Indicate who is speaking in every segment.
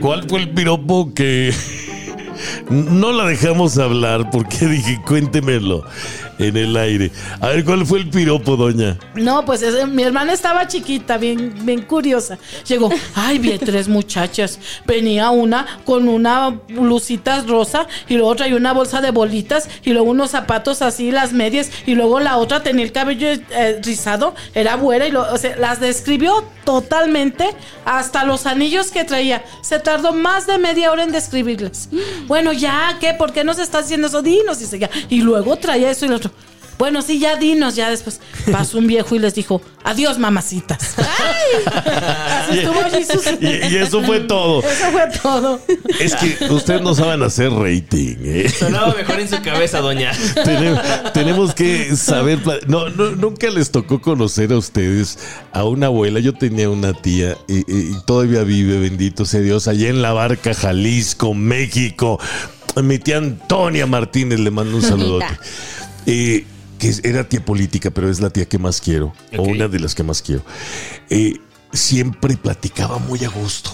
Speaker 1: ¿Cuál fue el piropo que no la dejamos hablar porque dije, cuéntemelo en el aire? A ver, ¿cuál fue el piropo, doña?
Speaker 2: No, pues ese- mi hermana estaba chiquita, bien, bien curiosa. Llegó, ay, vi tres muchachas. Venía una con una blusita rosa y luego traía una bolsa de bolitas y luego unos zapatos así, las medias y luego la otra tenía el cabello eh, rizado, era buena y lo, o sea, las describió totalmente hasta los anillos que traía. Se tardó más de media hora en describirlas. Bueno, ya, ¿qué? ¿Por qué nos está haciendo eso? Dinos y seguía. Y luego traía eso y lo otro. Bueno, sí, ya dinos, ya después. Pasó un viejo y les dijo, adiós, mamacitas. Así estuvo allí sus-
Speaker 1: Ah, Y, y eso fue todo.
Speaker 2: Eso fue todo.
Speaker 1: Es que ustedes no saben hacer rating. ¿eh?
Speaker 3: Sonaba mejor en su cabeza, doña.
Speaker 1: Tenem- tenemos que saber. pla- No, no, nunca les tocó conocer a ustedes a una abuela. Yo tenía una tía y, y- y todavía vive, bendito sea Dios, allá en la barca, Jalisco, México. Mi tía Antonia Martínez le mando un saludote. Eh, que era tía política, pero es la tía que más quiero, o
Speaker 3: Ok.
Speaker 1: una de las que más quiero. Eh, siempre platicaba muy a gusto.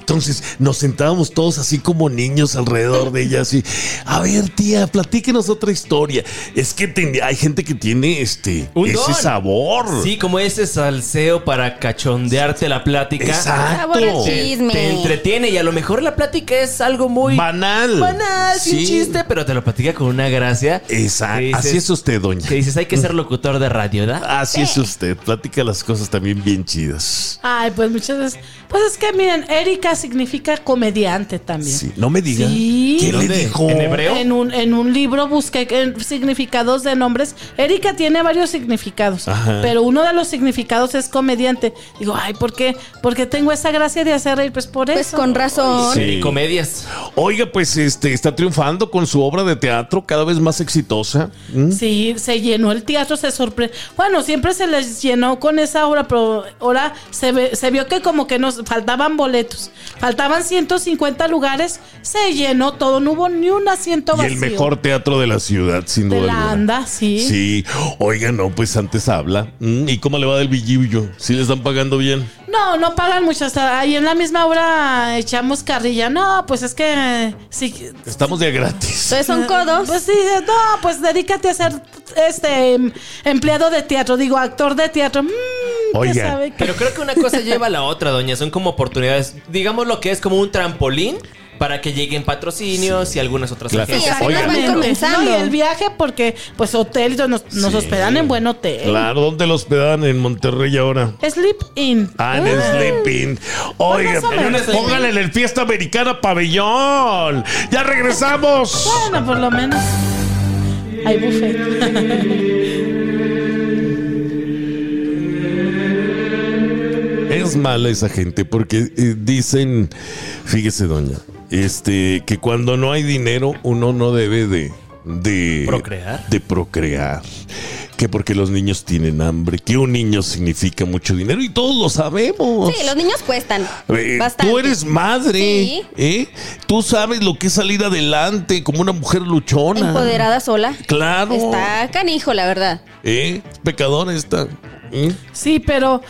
Speaker 1: Entonces nos sentábamos todos así como niños alrededor de ella, así. A ver, tía, platíquenos otra historia. Es que ten- hay gente que tiene este
Speaker 3: Un
Speaker 1: ese
Speaker 3: don.
Speaker 1: sabor.
Speaker 3: Sí, como ese salseo para cachondearte la plática.
Speaker 1: Exacto.
Speaker 4: Sabor a
Speaker 3: Te-
Speaker 4: Chisme.
Speaker 3: Te entretiene y a lo mejor la plática es algo muy
Speaker 1: Banal.
Speaker 3: banal, sin
Speaker 1: Sí.
Speaker 3: chiste, pero te lo platica con una gracia.
Speaker 1: Exacto.
Speaker 3: Que dices-
Speaker 1: Así es usted, doña.
Speaker 3: Que dices, hay que ser locutor de radio, ¿verdad?
Speaker 1: Así es usted. Platica las cosas también bien chidas.
Speaker 2: Ay, pues muchas veces. Pues es que miren, Erika significa comediante también.
Speaker 1: Sí. No me diga.
Speaker 2: Sí.
Speaker 1: ¿Qué le
Speaker 3: ¿Dónde?
Speaker 1: dijo?
Speaker 3: ¿En hebreo?
Speaker 2: En un, en un libro busqué eh, significados de nombres. Erika tiene varios significados,
Speaker 1: Ajá.
Speaker 2: pero uno de los significados es comediante. Digo, ay, ¿por qué? Porque tengo esa gracia de hacer reír, pues por
Speaker 4: Pues
Speaker 2: eso.
Speaker 4: con razón.
Speaker 1: Sí.
Speaker 3: Y comedias.
Speaker 1: Oiga, pues este está triunfando con su obra de teatro cada vez más exitosa. ¿Mm?
Speaker 2: Sí, se llenó el teatro, se sorprendió. Bueno, siempre se les llenó con esa obra, pero ahora se, ve- se vio que como que nos faltaban boletos. Faltaban 150 lugares, se llenó todo, no hubo ni un asiento
Speaker 1: Y
Speaker 2: vacío.
Speaker 1: el mejor teatro de la ciudad, sin
Speaker 2: de
Speaker 1: duda.
Speaker 2: la
Speaker 1: alguna.
Speaker 2: anda, sí.
Speaker 1: Sí, oiga, no, pues antes habla. Mm, ¿Y cómo le va del billuyo? ¿Sí le están pagando bien?
Speaker 2: No, no pagan mucho. Hasta ahí en la misma hora echamos carrilla. No, pues es que eh, sí.
Speaker 1: Estamos de gratis.
Speaker 4: Entonces son codos.
Speaker 2: Pues sí, no, pues dedícate a ser este em, empleado de teatro, digo, actor de teatro. Mm, ¿qué
Speaker 1: Oiga.
Speaker 2: sabe qué?
Speaker 3: Pero creo que una cosa lleva a la otra, doña. Son como oportunidades. Digamos lo que es como un trampolín para que lleguen patrocinios y algunas otras
Speaker 1: Claro.
Speaker 3: agencias.
Speaker 4: Sí, apenas
Speaker 1: Oiga.
Speaker 4: van comenzando.
Speaker 2: No, y el viaje, porque pues hotel, nos, nos
Speaker 1: Sí.
Speaker 2: hospedan en buen hotel.
Speaker 1: Claro, ¿dónde los hospedan en Monterrey ahora?
Speaker 2: Sleep in. Eh,
Speaker 1: Ah, en el Sleeping. Oiga,
Speaker 2: Pues más o menos.
Speaker 1: pónganle en el Fiesta Americana Pabellón. Ya regresamos.
Speaker 2: Bueno, por lo menos. Hay buffet.
Speaker 1: Es mala esa gente porque eh, dicen, fíjese doña, este que cuando no hay dinero uno no debe de de
Speaker 3: Procrear.
Speaker 1: de procrear, que porque los niños tienen hambre, que un niño significa mucho dinero y todos lo sabemos.
Speaker 4: Sí, los niños cuestan.
Speaker 1: Eh,
Speaker 4: Bastante.
Speaker 1: tú eres madre,
Speaker 4: Sí.
Speaker 1: ¿eh? Tú sabes lo que es salir adelante como una mujer luchona.
Speaker 4: Empoderada sola.
Speaker 1: Claro.
Speaker 4: Está canijo, la verdad.
Speaker 1: ¿Eh? Pecadora esta. ¿eh?
Speaker 2: Sí, pero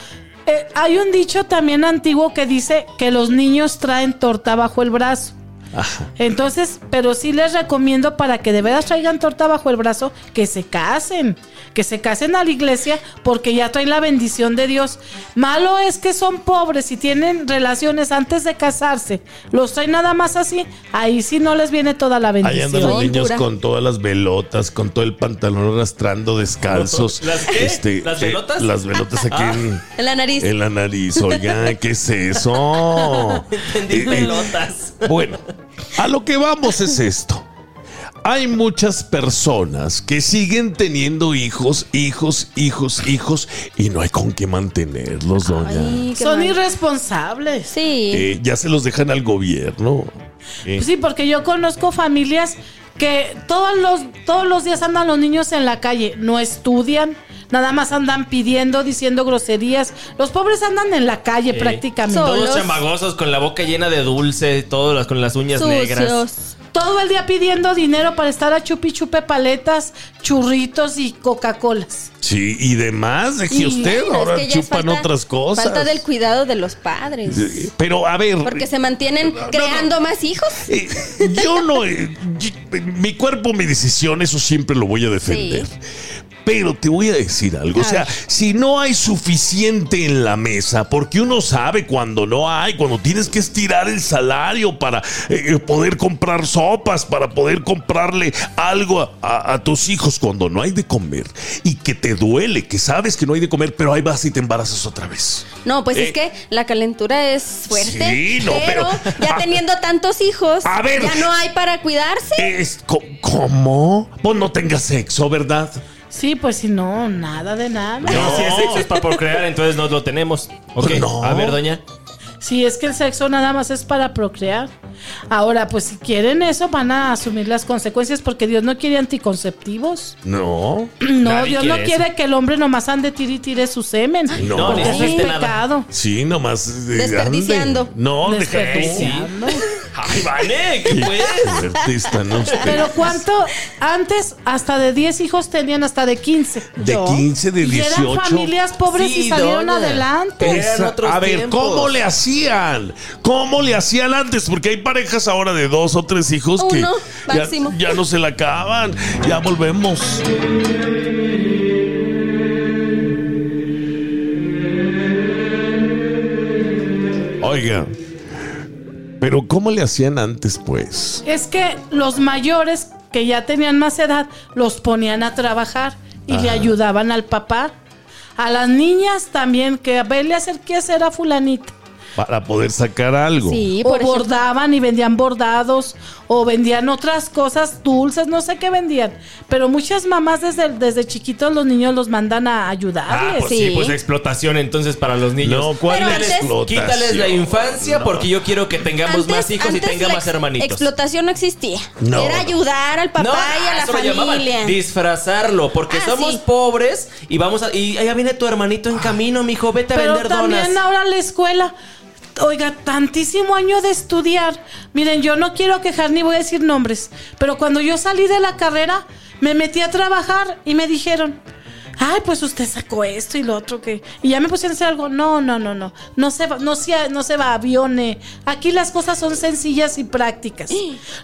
Speaker 2: eh, hay un dicho también antiguo que dice que los niños traen torta bajo el brazo.
Speaker 1: Ajá.
Speaker 2: Entonces, pero sí les recomiendo para que de veras traigan torta bajo el brazo, que se casen, que se casen a la iglesia porque ya traen la bendición de Dios. Malo es que son pobres y tienen relaciones antes de casarse. Los traen nada más así, ahí sí no les viene toda la
Speaker 1: Ahí andan
Speaker 2: bendición.
Speaker 1: los
Speaker 4: Son
Speaker 1: niños
Speaker 4: pura.
Speaker 1: con todas las velotas, con todo el pantalón arrastrando descalzos.
Speaker 3: ¿Las qué? ¿Las
Speaker 1: eh,
Speaker 3: velotas?
Speaker 1: las velotas aquí en,
Speaker 4: En la nariz.
Speaker 1: en la nariz. Oiga, ¿qué es eso?
Speaker 3: Entendí
Speaker 1: Eh, eh,
Speaker 3: pelotas.
Speaker 1: bueno, a lo que vamos es esto. Hay muchas personas que siguen teniendo hijos, hijos, hijos, hijos, y no hay con qué mantenerlos, doña.
Speaker 4: Ay, qué
Speaker 2: Son
Speaker 4: mal.
Speaker 2: irresponsables.
Speaker 4: Sí.
Speaker 1: Eh, ya se los dejan al gobierno. Eh,
Speaker 2: Sí, porque yo conozco familias que todos los, todos los días andan los niños en la calle, no estudian, nada más andan pidiendo, diciendo groserías. Los pobres andan en la calle
Speaker 3: Eh,
Speaker 2: prácticamente.
Speaker 4: So-
Speaker 3: Todos
Speaker 4: Solos.
Speaker 3: chamagosos con la boca llena de dulce, todas las- con las uñas
Speaker 4: Sucios.
Speaker 3: negras.
Speaker 2: todo el día pidiendo dinero para estar a chupi chupe paletas, churritos y Coca-Colas.
Speaker 1: Sí, y demás, deje
Speaker 2: Y
Speaker 1: usted,
Speaker 4: Bueno, es
Speaker 1: ahora
Speaker 4: que ya es
Speaker 1: chupan
Speaker 4: falta-
Speaker 1: otras cosas.
Speaker 4: Falta del cuidado de los padres.
Speaker 1: Eh, Pero a ver,
Speaker 4: Porque se mantienen
Speaker 1: no, no.
Speaker 4: creando más hijos.
Speaker 1: eh, yo no, eh, yo- mi cuerpo, mi decisión, eso siempre lo voy a defender. Pero te voy a decir algo, o
Speaker 4: A
Speaker 1: sea,
Speaker 4: ver.
Speaker 1: si no hay suficiente en la mesa, porque uno sabe cuando no hay, cuando tienes que estirar el salario para eh, poder comprar sopas, para poder comprarle algo a, a- a tus hijos, cuando no hay de comer y que te duele, que sabes que no hay de comer, pero ahí vas y te embarazas otra vez.
Speaker 4: No, pues
Speaker 1: Eh.
Speaker 4: es que la calentura es fuerte.
Speaker 1: Sí, no,
Speaker 4: pero,
Speaker 1: pero-
Speaker 4: ya teniendo tantos hijos,
Speaker 1: A ver.
Speaker 4: ya no hay para cuidarse.
Speaker 1: Es, co- ¿Cómo? Pues no tengas sexo, ¿verdad?
Speaker 2: Sí, pues si no, nada de nada.
Speaker 1: No.
Speaker 3: No, si es sexo es para procrear, entonces no lo tenemos. Ok,
Speaker 1: Pero no.
Speaker 3: a ver, doña.
Speaker 2: Si es que el sexo nada más es para procrear. Ahora, pues si quieren eso, van a asumir las consecuencias porque Dios no quiere anticonceptivos.
Speaker 1: No.
Speaker 2: No,
Speaker 3: Nadie
Speaker 2: Dios
Speaker 3: quiere
Speaker 2: no
Speaker 3: eso.
Speaker 2: quiere que el hombre nomás ande tire y tire su semen.
Speaker 1: No.
Speaker 2: porque
Speaker 4: No,
Speaker 2: eso es
Speaker 4: no.
Speaker 2: pecado.
Speaker 1: Sí, nomás. eh,
Speaker 4: Desperdiciando.
Speaker 1: anden. No, deje.
Speaker 3: sí.
Speaker 2: Desperdiciando.
Speaker 3: Ay, Vane, ¿qué
Speaker 1: Qué
Speaker 3: pues?
Speaker 1: fuerte están ustedes.
Speaker 2: Pero cuánto antes hasta de 10 hijos tenían hasta de 15.
Speaker 1: De
Speaker 2: Yo.
Speaker 1: 15, de
Speaker 2: Y eran
Speaker 1: 18.
Speaker 2: familias pobres y
Speaker 3: Sí,
Speaker 2: salieron
Speaker 3: doña.
Speaker 2: adelante.
Speaker 3: Eran
Speaker 1: Esa-
Speaker 3: otros
Speaker 1: a ver,
Speaker 3: tiempos.
Speaker 1: ¿cómo le hacían? ¿Cómo le hacían antes? Porque hay parejas ahora de dos o tres hijos que
Speaker 4: Uno,
Speaker 1: ya,
Speaker 4: máximo.
Speaker 1: ya no se la acaban. Ya volvemos. Oiga, pero ¿cómo le hacían antes, pues?
Speaker 2: Es que los mayores que ya tenían más edad los ponían a trabajar y
Speaker 3: Ah.
Speaker 2: le ayudaban al papá. A las niñas también, que verle hacer qué hacer a fulanita.
Speaker 1: Para poder sacar algo.
Speaker 4: Sí,
Speaker 2: o
Speaker 4: por ejemplo.
Speaker 2: bordaban y vendían bordados o vendían otras cosas dulces, no sé qué vendían. Pero muchas mamás desde, desde chiquitos los niños los mandan a ayudarles.
Speaker 3: Ah, pues sí.
Speaker 4: Sí.
Speaker 3: pues explotación entonces para los niños.
Speaker 1: No, ¿cuál
Speaker 4: Pero antes-
Speaker 1: explotación?
Speaker 3: Quítales la infancia porque yo quiero que tengamos más hijos y
Speaker 4: antes
Speaker 3: tenga
Speaker 4: la
Speaker 3: más
Speaker 4: ex-
Speaker 3: hermanitos.
Speaker 4: Explotación no existía.
Speaker 1: No.
Speaker 4: Era ayudar al papá y a la
Speaker 3: ah, eso lo llamaban
Speaker 4: familia.
Speaker 3: disfrazarlo, porque
Speaker 4: Ah,
Speaker 3: somos
Speaker 4: sí.
Speaker 3: pobres y vamos a. Y allá viene tu hermanito en camino, mijo, vete a
Speaker 2: Pero
Speaker 3: vender
Speaker 2: también
Speaker 3: donas.
Speaker 2: ahora la escuela. Oiga, tantísimo año de estudiar. Miren, yo no quiero quejar ni voy a decir nombres, pero cuando yo salí de la carrera, me metí a trabajar y me dijeron, ay, pues usted sacó esto y lo otro que... Y ya me pusieron a hacer algo. No, no, no, no. No se va, no se, no se va avione. Aquí las cosas son sencillas y prácticas.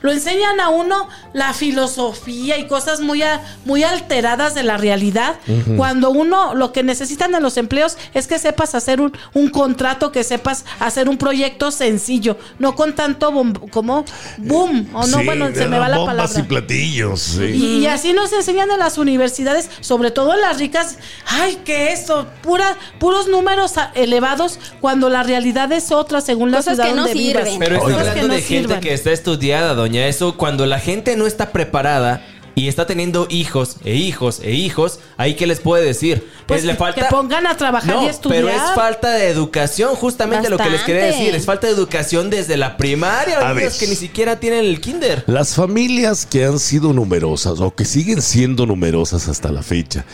Speaker 2: Lo enseñan a uno la filosofía y cosas muy, a- muy alteradas de la realidad. Cuando uno lo que necesitan en los empleos es que sepas hacer un, un contrato, que sepas hacer un proyecto sencillo, no con tanto bom- como boom. O no,
Speaker 1: Sí,
Speaker 2: bueno, se me
Speaker 1: eran
Speaker 2: va la
Speaker 1: bombas
Speaker 2: palabra.
Speaker 1: y platillos. sí.
Speaker 2: Y, y así nos enseñan en las universidades, sobre todo en las ricas, ay, que eso, pura, puros números a- elevados cuando la realidad es otra según la
Speaker 4: Cosas
Speaker 2: ciudad
Speaker 4: que no
Speaker 2: donde vivas.
Speaker 4: sirven.
Speaker 3: Pero está
Speaker 1: Oiga.
Speaker 3: hablando
Speaker 2: Cosas que
Speaker 3: de
Speaker 2: no
Speaker 3: gente
Speaker 2: sirvan.
Speaker 3: que está estudiada, doña. Eso, cuando la gente no está preparada y está teniendo hijos e hijos e hijos, ahí que les puede decir.
Speaker 2: Pues
Speaker 3: es le
Speaker 2: que-
Speaker 3: falta.
Speaker 2: que pongan a trabajar
Speaker 3: No,
Speaker 2: y estudiar.
Speaker 3: Pero es falta de educación, justamente lo que les quería
Speaker 4: Bastante.
Speaker 3: decir. Es falta de educación desde la primaria.
Speaker 1: A
Speaker 3: A niños
Speaker 1: ver.
Speaker 3: que ni siquiera tienen el kinder.
Speaker 1: Las familias que han sido numerosas o que siguen siendo numerosas hasta la fecha,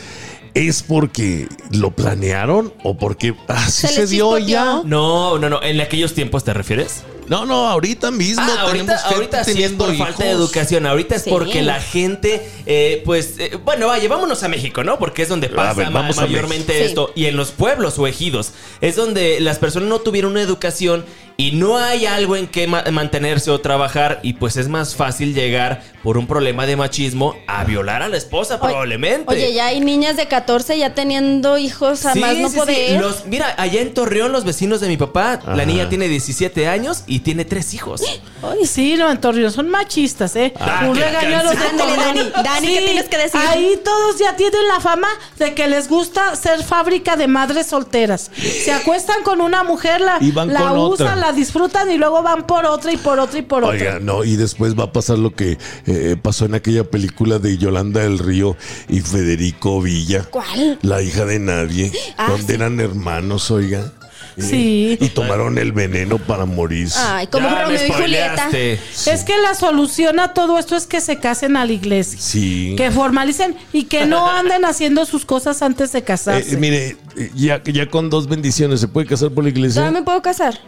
Speaker 1: ¿es porque lo planearon o porque así
Speaker 4: Se
Speaker 1: se
Speaker 4: les
Speaker 1: dio
Speaker 4: chispoteó.
Speaker 1: ya?
Speaker 3: No, no, no. ¿En aquellos tiempos te refieres?
Speaker 1: No, no, ahorita mismo
Speaker 3: Ah, ahorita,
Speaker 1: tenemos gente
Speaker 3: ahorita sí es
Speaker 1: teniendo
Speaker 3: por falta de
Speaker 1: hijos.
Speaker 3: educación. Ahorita es
Speaker 4: Sí.
Speaker 3: porque la gente, eh, pues, eh, bueno, vaya, vámonos a México, ¿no? Porque es donde pasa
Speaker 1: ver,
Speaker 3: ma-
Speaker 1: vamos a
Speaker 3: mayormente
Speaker 4: México.
Speaker 3: esto. Y en los pueblos o ejidos es donde las personas no tuvieron una educación y no hay algo en que ma- mantenerse o trabajar. Y pues es más fácil llegar por un problema de machismo a violar a la esposa,
Speaker 4: Oye-
Speaker 3: probablemente.
Speaker 4: Oye, ya hay niñas de 14 ya teniendo hijos a
Speaker 3: Sí,
Speaker 4: más no
Speaker 3: sí, sí.
Speaker 4: poder.
Speaker 3: Los- mira, allá en Torreón, los vecinos de mi papá,
Speaker 1: Ajá.
Speaker 3: la niña tiene 17 años y tiene tres hijos.
Speaker 2: Ay, sí, no, en Torreón son machistas, ¿eh?
Speaker 3: Ah,
Speaker 2: Un
Speaker 3: que la
Speaker 2: regaño a los de
Speaker 4: canción. Ándale,
Speaker 2: Torreón.
Speaker 4: Dani, Dani, ¿qué tienes que decir?
Speaker 2: Ahí todos ya tienen la fama de que les gusta ser fábrica de madres solteras. Se acuestan con una mujer, la,
Speaker 1: Y van
Speaker 2: la
Speaker 1: con
Speaker 2: usan,
Speaker 1: otra.
Speaker 2: la disfrutan y luego van por otra y por otra y por otra.
Speaker 1: Oiga, no, y después va a pasar lo que eh, pasó en aquella película de Yolanda del Río y Federico Villa.
Speaker 4: ¿Cuál?
Speaker 1: La hija de nadie,
Speaker 4: Ah,
Speaker 1: donde
Speaker 4: sí.
Speaker 1: eran hermanos, oiga. Eh,
Speaker 2: Sí.
Speaker 1: Y tomaron el veneno para morirse.
Speaker 4: Ay, como
Speaker 3: Ya me
Speaker 4: Romeo y Julieta.
Speaker 3: spoileaste.
Speaker 2: Es que la solución a todo esto es que se casen a la iglesia.
Speaker 1: Sí.
Speaker 2: Que formalicen y que no anden haciendo sus cosas antes de
Speaker 1: Eh,
Speaker 2: casarse.
Speaker 1: mire, eh, ya, ya con dos bendiciones se puede casar por la iglesia.
Speaker 4: ¿Todavía me puedo casar?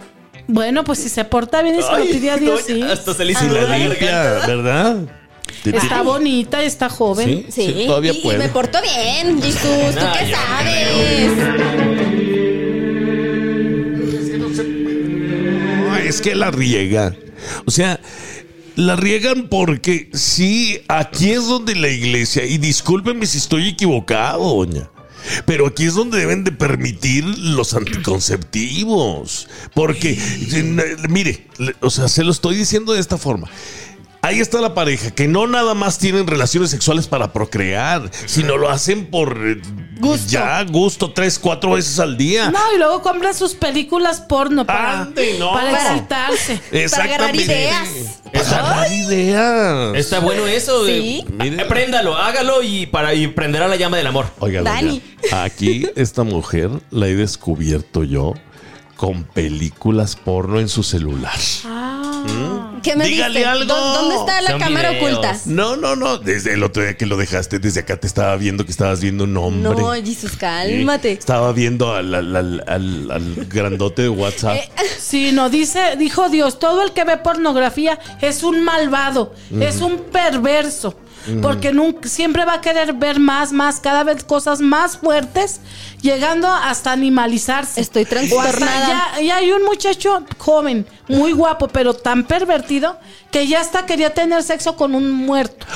Speaker 2: Bueno, pues si se porta bien y se lo
Speaker 3: Ay,
Speaker 2: pide a Dios, sí.
Speaker 3: doña, Hasta se le hizo
Speaker 1: Si
Speaker 3: la
Speaker 1: la
Speaker 3: garganta.
Speaker 1: limpia, ¿verdad? Te-
Speaker 2: Está bonita, está joven.
Speaker 1: Sí,
Speaker 4: Sí,
Speaker 1: sí, todavía
Speaker 4: y, y
Speaker 1: puede.
Speaker 4: me porto bien, Jesús, ¿tú
Speaker 3: Ah,
Speaker 4: qué
Speaker 3: yo
Speaker 4: sabes?
Speaker 1: No, es que la riega. O sea, la riegan porque sí, aquí es donde la iglesia, y discúlpenme si estoy equivocado, doña. Pero aquí es donde deben de permitir los anticonceptivos. Porque, eh, mire, le- o sea, se lo estoy diciendo de esta forma. Ahí está la pareja, que no nada más tienen relaciones sexuales para procrear, sino lo hacen por eh,
Speaker 2: Gusto.
Speaker 1: ya gusto tres, cuatro veces al día.
Speaker 2: No, y luego compra sus películas porno para,
Speaker 1: Ande, no.
Speaker 2: para
Speaker 1: Para-
Speaker 2: excitarse.
Speaker 4: Para agarrar
Speaker 1: Exactamente.
Speaker 4: ideas.
Speaker 1: Para agarrar ideas.
Speaker 3: Está bueno eso.
Speaker 4: Sí.
Speaker 3: eh. Apréndalo, hágalo y para y prenderá la llama del amor.
Speaker 1: Oiga, doña,
Speaker 4: Dani.
Speaker 1: aquí esta mujer la he descubierto yo con películas porno en su celular.
Speaker 2: Ah.
Speaker 4: ¿Qué me
Speaker 1: Dígale
Speaker 4: diste?
Speaker 1: algo.
Speaker 4: ¿Dó- ¿Dónde está la
Speaker 3: Son
Speaker 4: cámara
Speaker 3: videos.
Speaker 4: oculta?
Speaker 1: No, no, no. Desde el otro día que lo dejaste, desde acá te estaba viendo que estabas viendo un hombre.
Speaker 4: No, Jesús, cálmate.
Speaker 1: Estaba viendo al, al- al- al- al grandote de WhatsApp.
Speaker 2: Sí, no, dice, dijo Dios, todo el que ve pornografía es un malvado, es un perverso. Porque nunca, siempre va a querer ver más, más, cada vez cosas más fuertes, llegando hasta animalizarse.
Speaker 4: Estoy trastornada.
Speaker 2: Ya, ya hay un muchacho joven, muy guapo, pero tan pervertido, que ya hasta quería tener sexo con un muerto.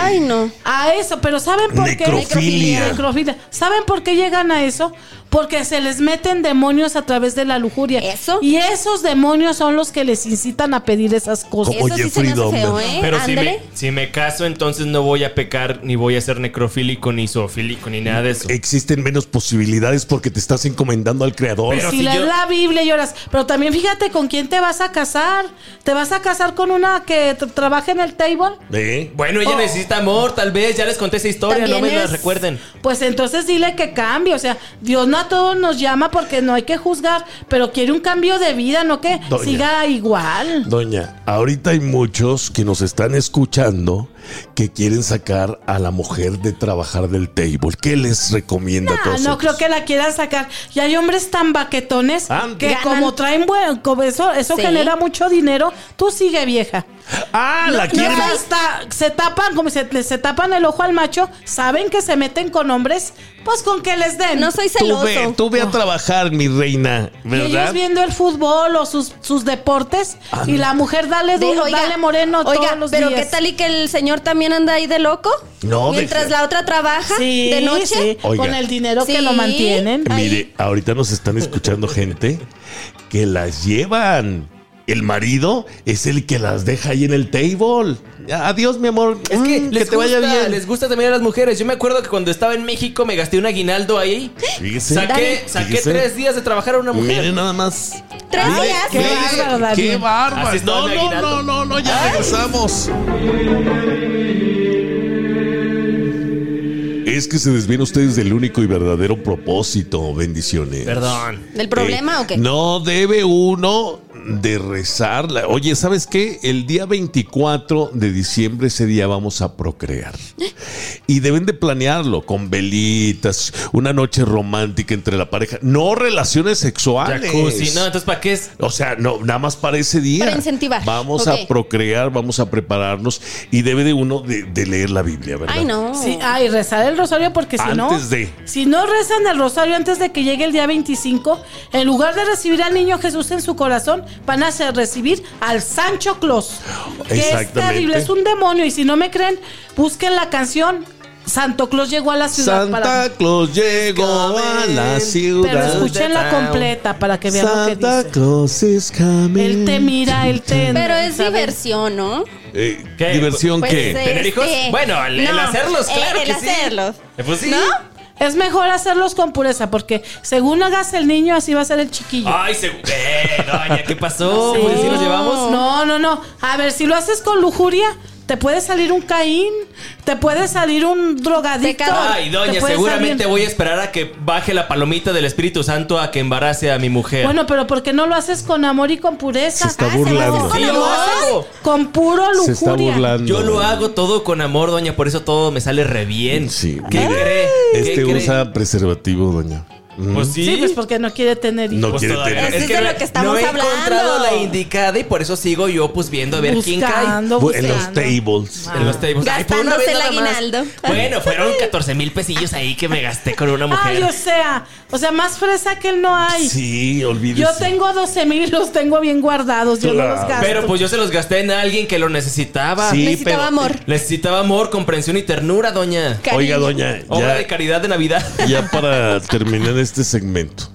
Speaker 4: Ay, no.
Speaker 2: A eso, pero ¿saben por
Speaker 1: Necrofilia.
Speaker 2: qué? Necrofilia. ¿Saben por qué llegan a eso? Porque se les meten demonios a través de la lujuria.
Speaker 4: ¿Eso?
Speaker 2: Y esos demonios son los que les incitan a pedir esas cosas.
Speaker 1: Como
Speaker 4: Eso sí se
Speaker 1: Jeffrey
Speaker 4: me hace feo,
Speaker 1: Dahmer.
Speaker 4: ¿eh?
Speaker 3: Pero si
Speaker 4: Ándale.
Speaker 3: me, si me caso, entonces no voy a pecar, ni voy a ser necrofílico, ni zoofílico, ni nada de eso.
Speaker 1: Eh, Existen menos posibilidades porque te estás encomendando al creador.
Speaker 3: Pero
Speaker 2: si,
Speaker 3: si
Speaker 2: lees
Speaker 3: yo-
Speaker 2: la Biblia lloras. Pero también fíjate con quién te vas a casar. ¿Te vas a casar con una que tra- trabaja en el table?
Speaker 1: ¿Eh?
Speaker 3: Bueno, ella necesita amor, tal vez. Ya les conté esa historia, no
Speaker 4: Oh. También
Speaker 3: me la
Speaker 4: es-
Speaker 1: Mm,
Speaker 3: recuerden.
Speaker 2: Pues entonces dile que cambie. O sea, Dios no a todos nos llama porque no hay que juzgar, pero quiere un cambio de vida, no que
Speaker 1: Doña.
Speaker 2: siga igual.
Speaker 1: Doña, ahorita hay muchos que nos están escuchando que quieren sacar a la mujer de trabajar del table. ¿Qué les recomienda a
Speaker 2: Ah,
Speaker 1: todos?
Speaker 2: no
Speaker 1: ellos?
Speaker 2: creo que la quieran sacar. Y hay hombres tan baquetones
Speaker 1: Ande.
Speaker 2: que
Speaker 4: Ganan.
Speaker 2: como traen buen, como eso, eso
Speaker 4: Sí.
Speaker 2: genera mucho dinero, tú sigue vieja.
Speaker 1: Ah, la
Speaker 2: No,
Speaker 1: quieren.
Speaker 2: hasta se tapan, como se, le- se tapan el ojo al macho, saben que se meten con hombres, pues con que les den.
Speaker 4: No soy
Speaker 1: Tú
Speaker 4: celoso.
Speaker 1: ve, tú ve a trabajar, mi reina,
Speaker 2: Y ellos
Speaker 1: ¿verdad?
Speaker 2: viendo el fútbol o sus, sus deportes y la mujer dale
Speaker 4: Ah, De-
Speaker 2: duro, dale moreno
Speaker 4: oiga,
Speaker 2: todos los
Speaker 4: pero
Speaker 2: días.
Speaker 4: qué tal y que el señor también anda ahí de loco?
Speaker 1: No,
Speaker 4: Mientras
Speaker 1: deja-
Speaker 4: la otra trabaja
Speaker 2: Sí,
Speaker 4: de noche.
Speaker 2: sí,
Speaker 1: Oiga.
Speaker 2: con el dinero que
Speaker 4: Sí.
Speaker 2: lo mantienen.
Speaker 4: Ay.
Speaker 1: Mire, ahorita nos están escuchando gente que las llevan. El marido es el que las deja ahí en el table. Adiós, mi amor.
Speaker 3: Es que,
Speaker 1: Mm,
Speaker 3: les
Speaker 1: te vaya
Speaker 3: gusta,
Speaker 1: bien.
Speaker 3: les gusta también a las mujeres. Yo me acuerdo que cuando estaba en México me gasté un aguinaldo ahí.
Speaker 1: Fíjese.
Speaker 3: Saqué,
Speaker 1: Fíjese.
Speaker 3: saqué tres días de trabajar a una mujer.
Speaker 1: Miren nada más.
Speaker 4: Tres
Speaker 1: Ve-
Speaker 4: días.
Speaker 2: qué
Speaker 1: ve-
Speaker 2: bárbaro, Dani.
Speaker 1: qué bárbaro.
Speaker 3: Así estaba
Speaker 1: No,
Speaker 3: mi
Speaker 1: no, no,
Speaker 3: aguinaldo.
Speaker 1: no, no, ya regresamos. Es que se desvían ustedes del único y verdadero propósito. Bendiciones.
Speaker 3: Perdón.
Speaker 4: ¿Del problema
Speaker 1: Eh,
Speaker 4: o qué?
Speaker 1: No debe uno de rezar. La- Oye, ¿sabes qué? El día 24 de diciembre, ese día vamos a procrear. Y deben de planearlo con velitas, una noche romántica entre la pareja. No relaciones sexuales.
Speaker 3: Jacuzzi. No, entonces, ¿para qué es?
Speaker 1: O sea, no, nada más para ese día.
Speaker 4: Para incentivar.
Speaker 1: Vamos
Speaker 4: Ok.
Speaker 1: a procrear, vamos a prepararnos y debe de uno de, de leer la Biblia, ¿verdad?
Speaker 4: Ay, no. pues,
Speaker 2: Sí, ah, ay, rezar el rosario porque si no.
Speaker 1: Antes de.
Speaker 2: Si no rezan el rosario antes de que llegue el día 25, en lugar de recibir al niño Jesús en su corazón, van a hacer recibir al Sancho Claus. Que es
Speaker 1: Exactamente.
Speaker 2: terrible, es un demonio. Y si no me creen, busquen la canción Santo Claus llegó a la ciudad.
Speaker 1: Santa
Speaker 2: para...
Speaker 1: Claus llegó a la
Speaker 2: Pero
Speaker 1: ciudad.
Speaker 2: escúchenla completa para que vean lo
Speaker 1: Santa
Speaker 2: que dice.
Speaker 1: Claus is coming.
Speaker 2: Él te mira, él te.
Speaker 4: Pero es
Speaker 2: ¿saben?
Speaker 4: diversión, ¿no?
Speaker 1: Eh,
Speaker 3: ¿Qué?
Speaker 1: ¿Diversión
Speaker 4: Pues,
Speaker 1: qué?
Speaker 4: eh,
Speaker 3: ¿Tener hijos?
Speaker 4: Este,
Speaker 3: Bueno, el, el
Speaker 4: no,
Speaker 3: hacerlos,
Speaker 4: el-
Speaker 3: claro
Speaker 4: el
Speaker 3: que sí.
Speaker 4: hacerlos.
Speaker 3: Eh, Pues sí.
Speaker 2: Es mejor hacerlos con pureza porque según hagas el niño, así va a ser el chiquillo.
Speaker 3: Ay, se... Eh, doña, ¿qué pasó?
Speaker 2: Sí.
Speaker 3: Pues sí nos llevamos.
Speaker 2: No, no, no. A ver, si lo haces con lujuria, te puede salir un Caín, te puede salir un drogadicto.
Speaker 4: Pecador.
Speaker 3: Ay,
Speaker 2: te
Speaker 3: doña,
Speaker 2: puede
Speaker 3: seguramente
Speaker 2: salir-
Speaker 3: voy a esperar a que baje la palomita del Espíritu Santo a que embarace a mi mujer.
Speaker 2: Bueno, pero ¿por qué no lo haces con amor y con
Speaker 1: Se
Speaker 2: pureza?
Speaker 1: está
Speaker 4: Ah, se me hace
Speaker 1: burlando.
Speaker 4: con
Speaker 2: Sí,
Speaker 4: amor.
Speaker 2: lo haces con puro lujuria.
Speaker 1: Se está burlando.
Speaker 3: yo lo hago todo con amor, doña, por eso todo me sale re bien.
Speaker 1: Sí,
Speaker 3: ¿Qué
Speaker 1: mire,
Speaker 3: cree? ¿Qué
Speaker 1: Este
Speaker 3: cree?
Speaker 1: usa preservativo, doña.
Speaker 3: Pues sí. pues
Speaker 2: Sí, pues porque no quiere tener hijos.
Speaker 1: No quiere
Speaker 3: todavía
Speaker 1: tener.
Speaker 3: no.
Speaker 4: Eso es de
Speaker 3: no-
Speaker 4: lo que estamos
Speaker 3: no he
Speaker 4: hablando.
Speaker 3: encontrado la indicada y por eso sigo yo pues viendo a ver quién cae.
Speaker 2: Buscando,
Speaker 1: en los
Speaker 2: buscando.
Speaker 1: tables.
Speaker 2: Ah.
Speaker 3: En los tables. Ay, fue una
Speaker 4: Gastándose
Speaker 3: vez
Speaker 4: el
Speaker 3: nada más.
Speaker 4: aguinaldo.
Speaker 3: Bueno, fueron 14 mil pesillos ahí que me gasté con una mujer.
Speaker 2: Ay, o sea, o sea, más fresa que él no hay.
Speaker 1: Sí, olvídese.
Speaker 2: Yo tengo 12 mil y los tengo bien guardados. Yo no los
Speaker 1: Claro.
Speaker 2: gasto.
Speaker 3: Pero pues yo se los gasté en alguien que lo necesitaba.
Speaker 1: Sí,
Speaker 4: Necesitaba
Speaker 1: pero-
Speaker 4: amor.
Speaker 3: Necesitaba amor, comprensión y ternura, doña.
Speaker 4: Cariño.
Speaker 1: Oiga, doña,
Speaker 3: Obra de
Speaker 1: ya,
Speaker 3: caridad de Navidad.
Speaker 1: ya para terminar este segmento.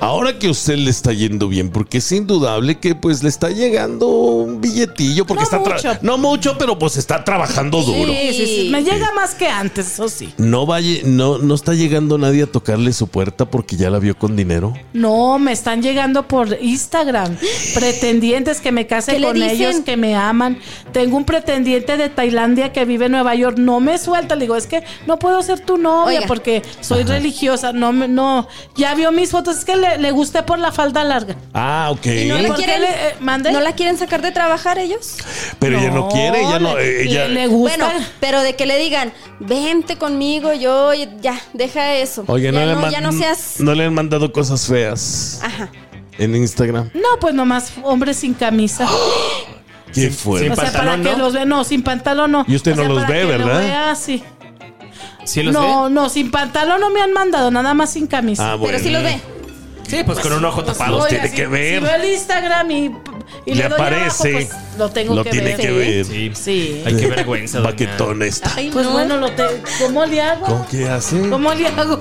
Speaker 1: Ahora que a usted le está yendo bien, porque es indudable que pues le está llegando un billetillo, porque
Speaker 2: No
Speaker 1: está tra-
Speaker 2: mucho.
Speaker 1: no mucho, pero pues está trabajando duro.
Speaker 2: Sí, sí, sí. Me
Speaker 4: Sí.
Speaker 2: llega más que antes, eso sí.
Speaker 1: No vaya, no, no está llegando nadie a tocarle su puerta porque ya la vio con dinero.
Speaker 2: No, me están llegando por Instagram pretendientes que me
Speaker 4: ¿Qué
Speaker 2: case
Speaker 4: le
Speaker 2: con
Speaker 4: dicen?
Speaker 2: ellos, que me aman. Tengo un pretendiente de Tailandia que vive en Nueva York, no me suelta. Le digo, es que no puedo ser tu novia
Speaker 4: Oiga.
Speaker 2: porque soy religiosa. No, me- no. Ya vio mis fotos, es que le, le gusté por la falda larga.
Speaker 1: Ah, ok.
Speaker 4: ¿Y no
Speaker 2: ¿Y
Speaker 4: la
Speaker 2: por qué
Speaker 4: quieren?
Speaker 2: le- eh, mande?
Speaker 4: ¿No la quieren sacar de trabajar ellos?
Speaker 1: Pero ella no quiere, ella no, eh,
Speaker 2: le-
Speaker 1: ella.
Speaker 2: Le, le gusta.
Speaker 4: Bueno, pero de que le digan, vente conmigo, yo ya, deja eso.
Speaker 1: Oye, no,
Speaker 4: ya,
Speaker 1: le
Speaker 4: no,
Speaker 1: man-
Speaker 4: ya no seas.
Speaker 1: no le han mandado cosas feas
Speaker 4: Ajá.
Speaker 1: en Instagram.
Speaker 2: No, pues nomás hombres sin camisa.
Speaker 1: Qué fuerte.
Speaker 3: Sin
Speaker 2: o sea,
Speaker 3: pantalón,
Speaker 2: para
Speaker 3: ¿no?
Speaker 2: que los ve, no, sin pantalón no.
Speaker 1: Y usted
Speaker 2: O
Speaker 1: no
Speaker 2: sea,
Speaker 1: los
Speaker 2: para
Speaker 1: ve,
Speaker 2: que lo
Speaker 1: ¿verdad?
Speaker 2: vea, sí.
Speaker 3: ¿Sí los
Speaker 2: No,
Speaker 3: ve?
Speaker 2: no, sin pantalón no me han mandado, nada más sin camisa.
Speaker 1: Ah,
Speaker 4: Pero sí lo ve.
Speaker 3: Sí, pues con un ojo tapado.
Speaker 2: Oiga,
Speaker 1: tiene
Speaker 2: si-
Speaker 1: que ver.
Speaker 2: Si veo el Instagram y, y
Speaker 1: Le
Speaker 2: le, doy
Speaker 1: aparece.
Speaker 2: abajo, pues, lo tengo
Speaker 1: Lo
Speaker 2: que
Speaker 1: tiene
Speaker 2: ver.
Speaker 1: que ver.
Speaker 3: Sí.
Speaker 2: Sí.
Speaker 3: Ay, qué vergüenza, doña.
Speaker 1: Baquetón está.
Speaker 4: Ay,
Speaker 2: Pues
Speaker 4: no.
Speaker 2: bueno, lo te- ¿cómo le hago?
Speaker 1: ¿Con qué hace?
Speaker 2: ¿Cómo le hago?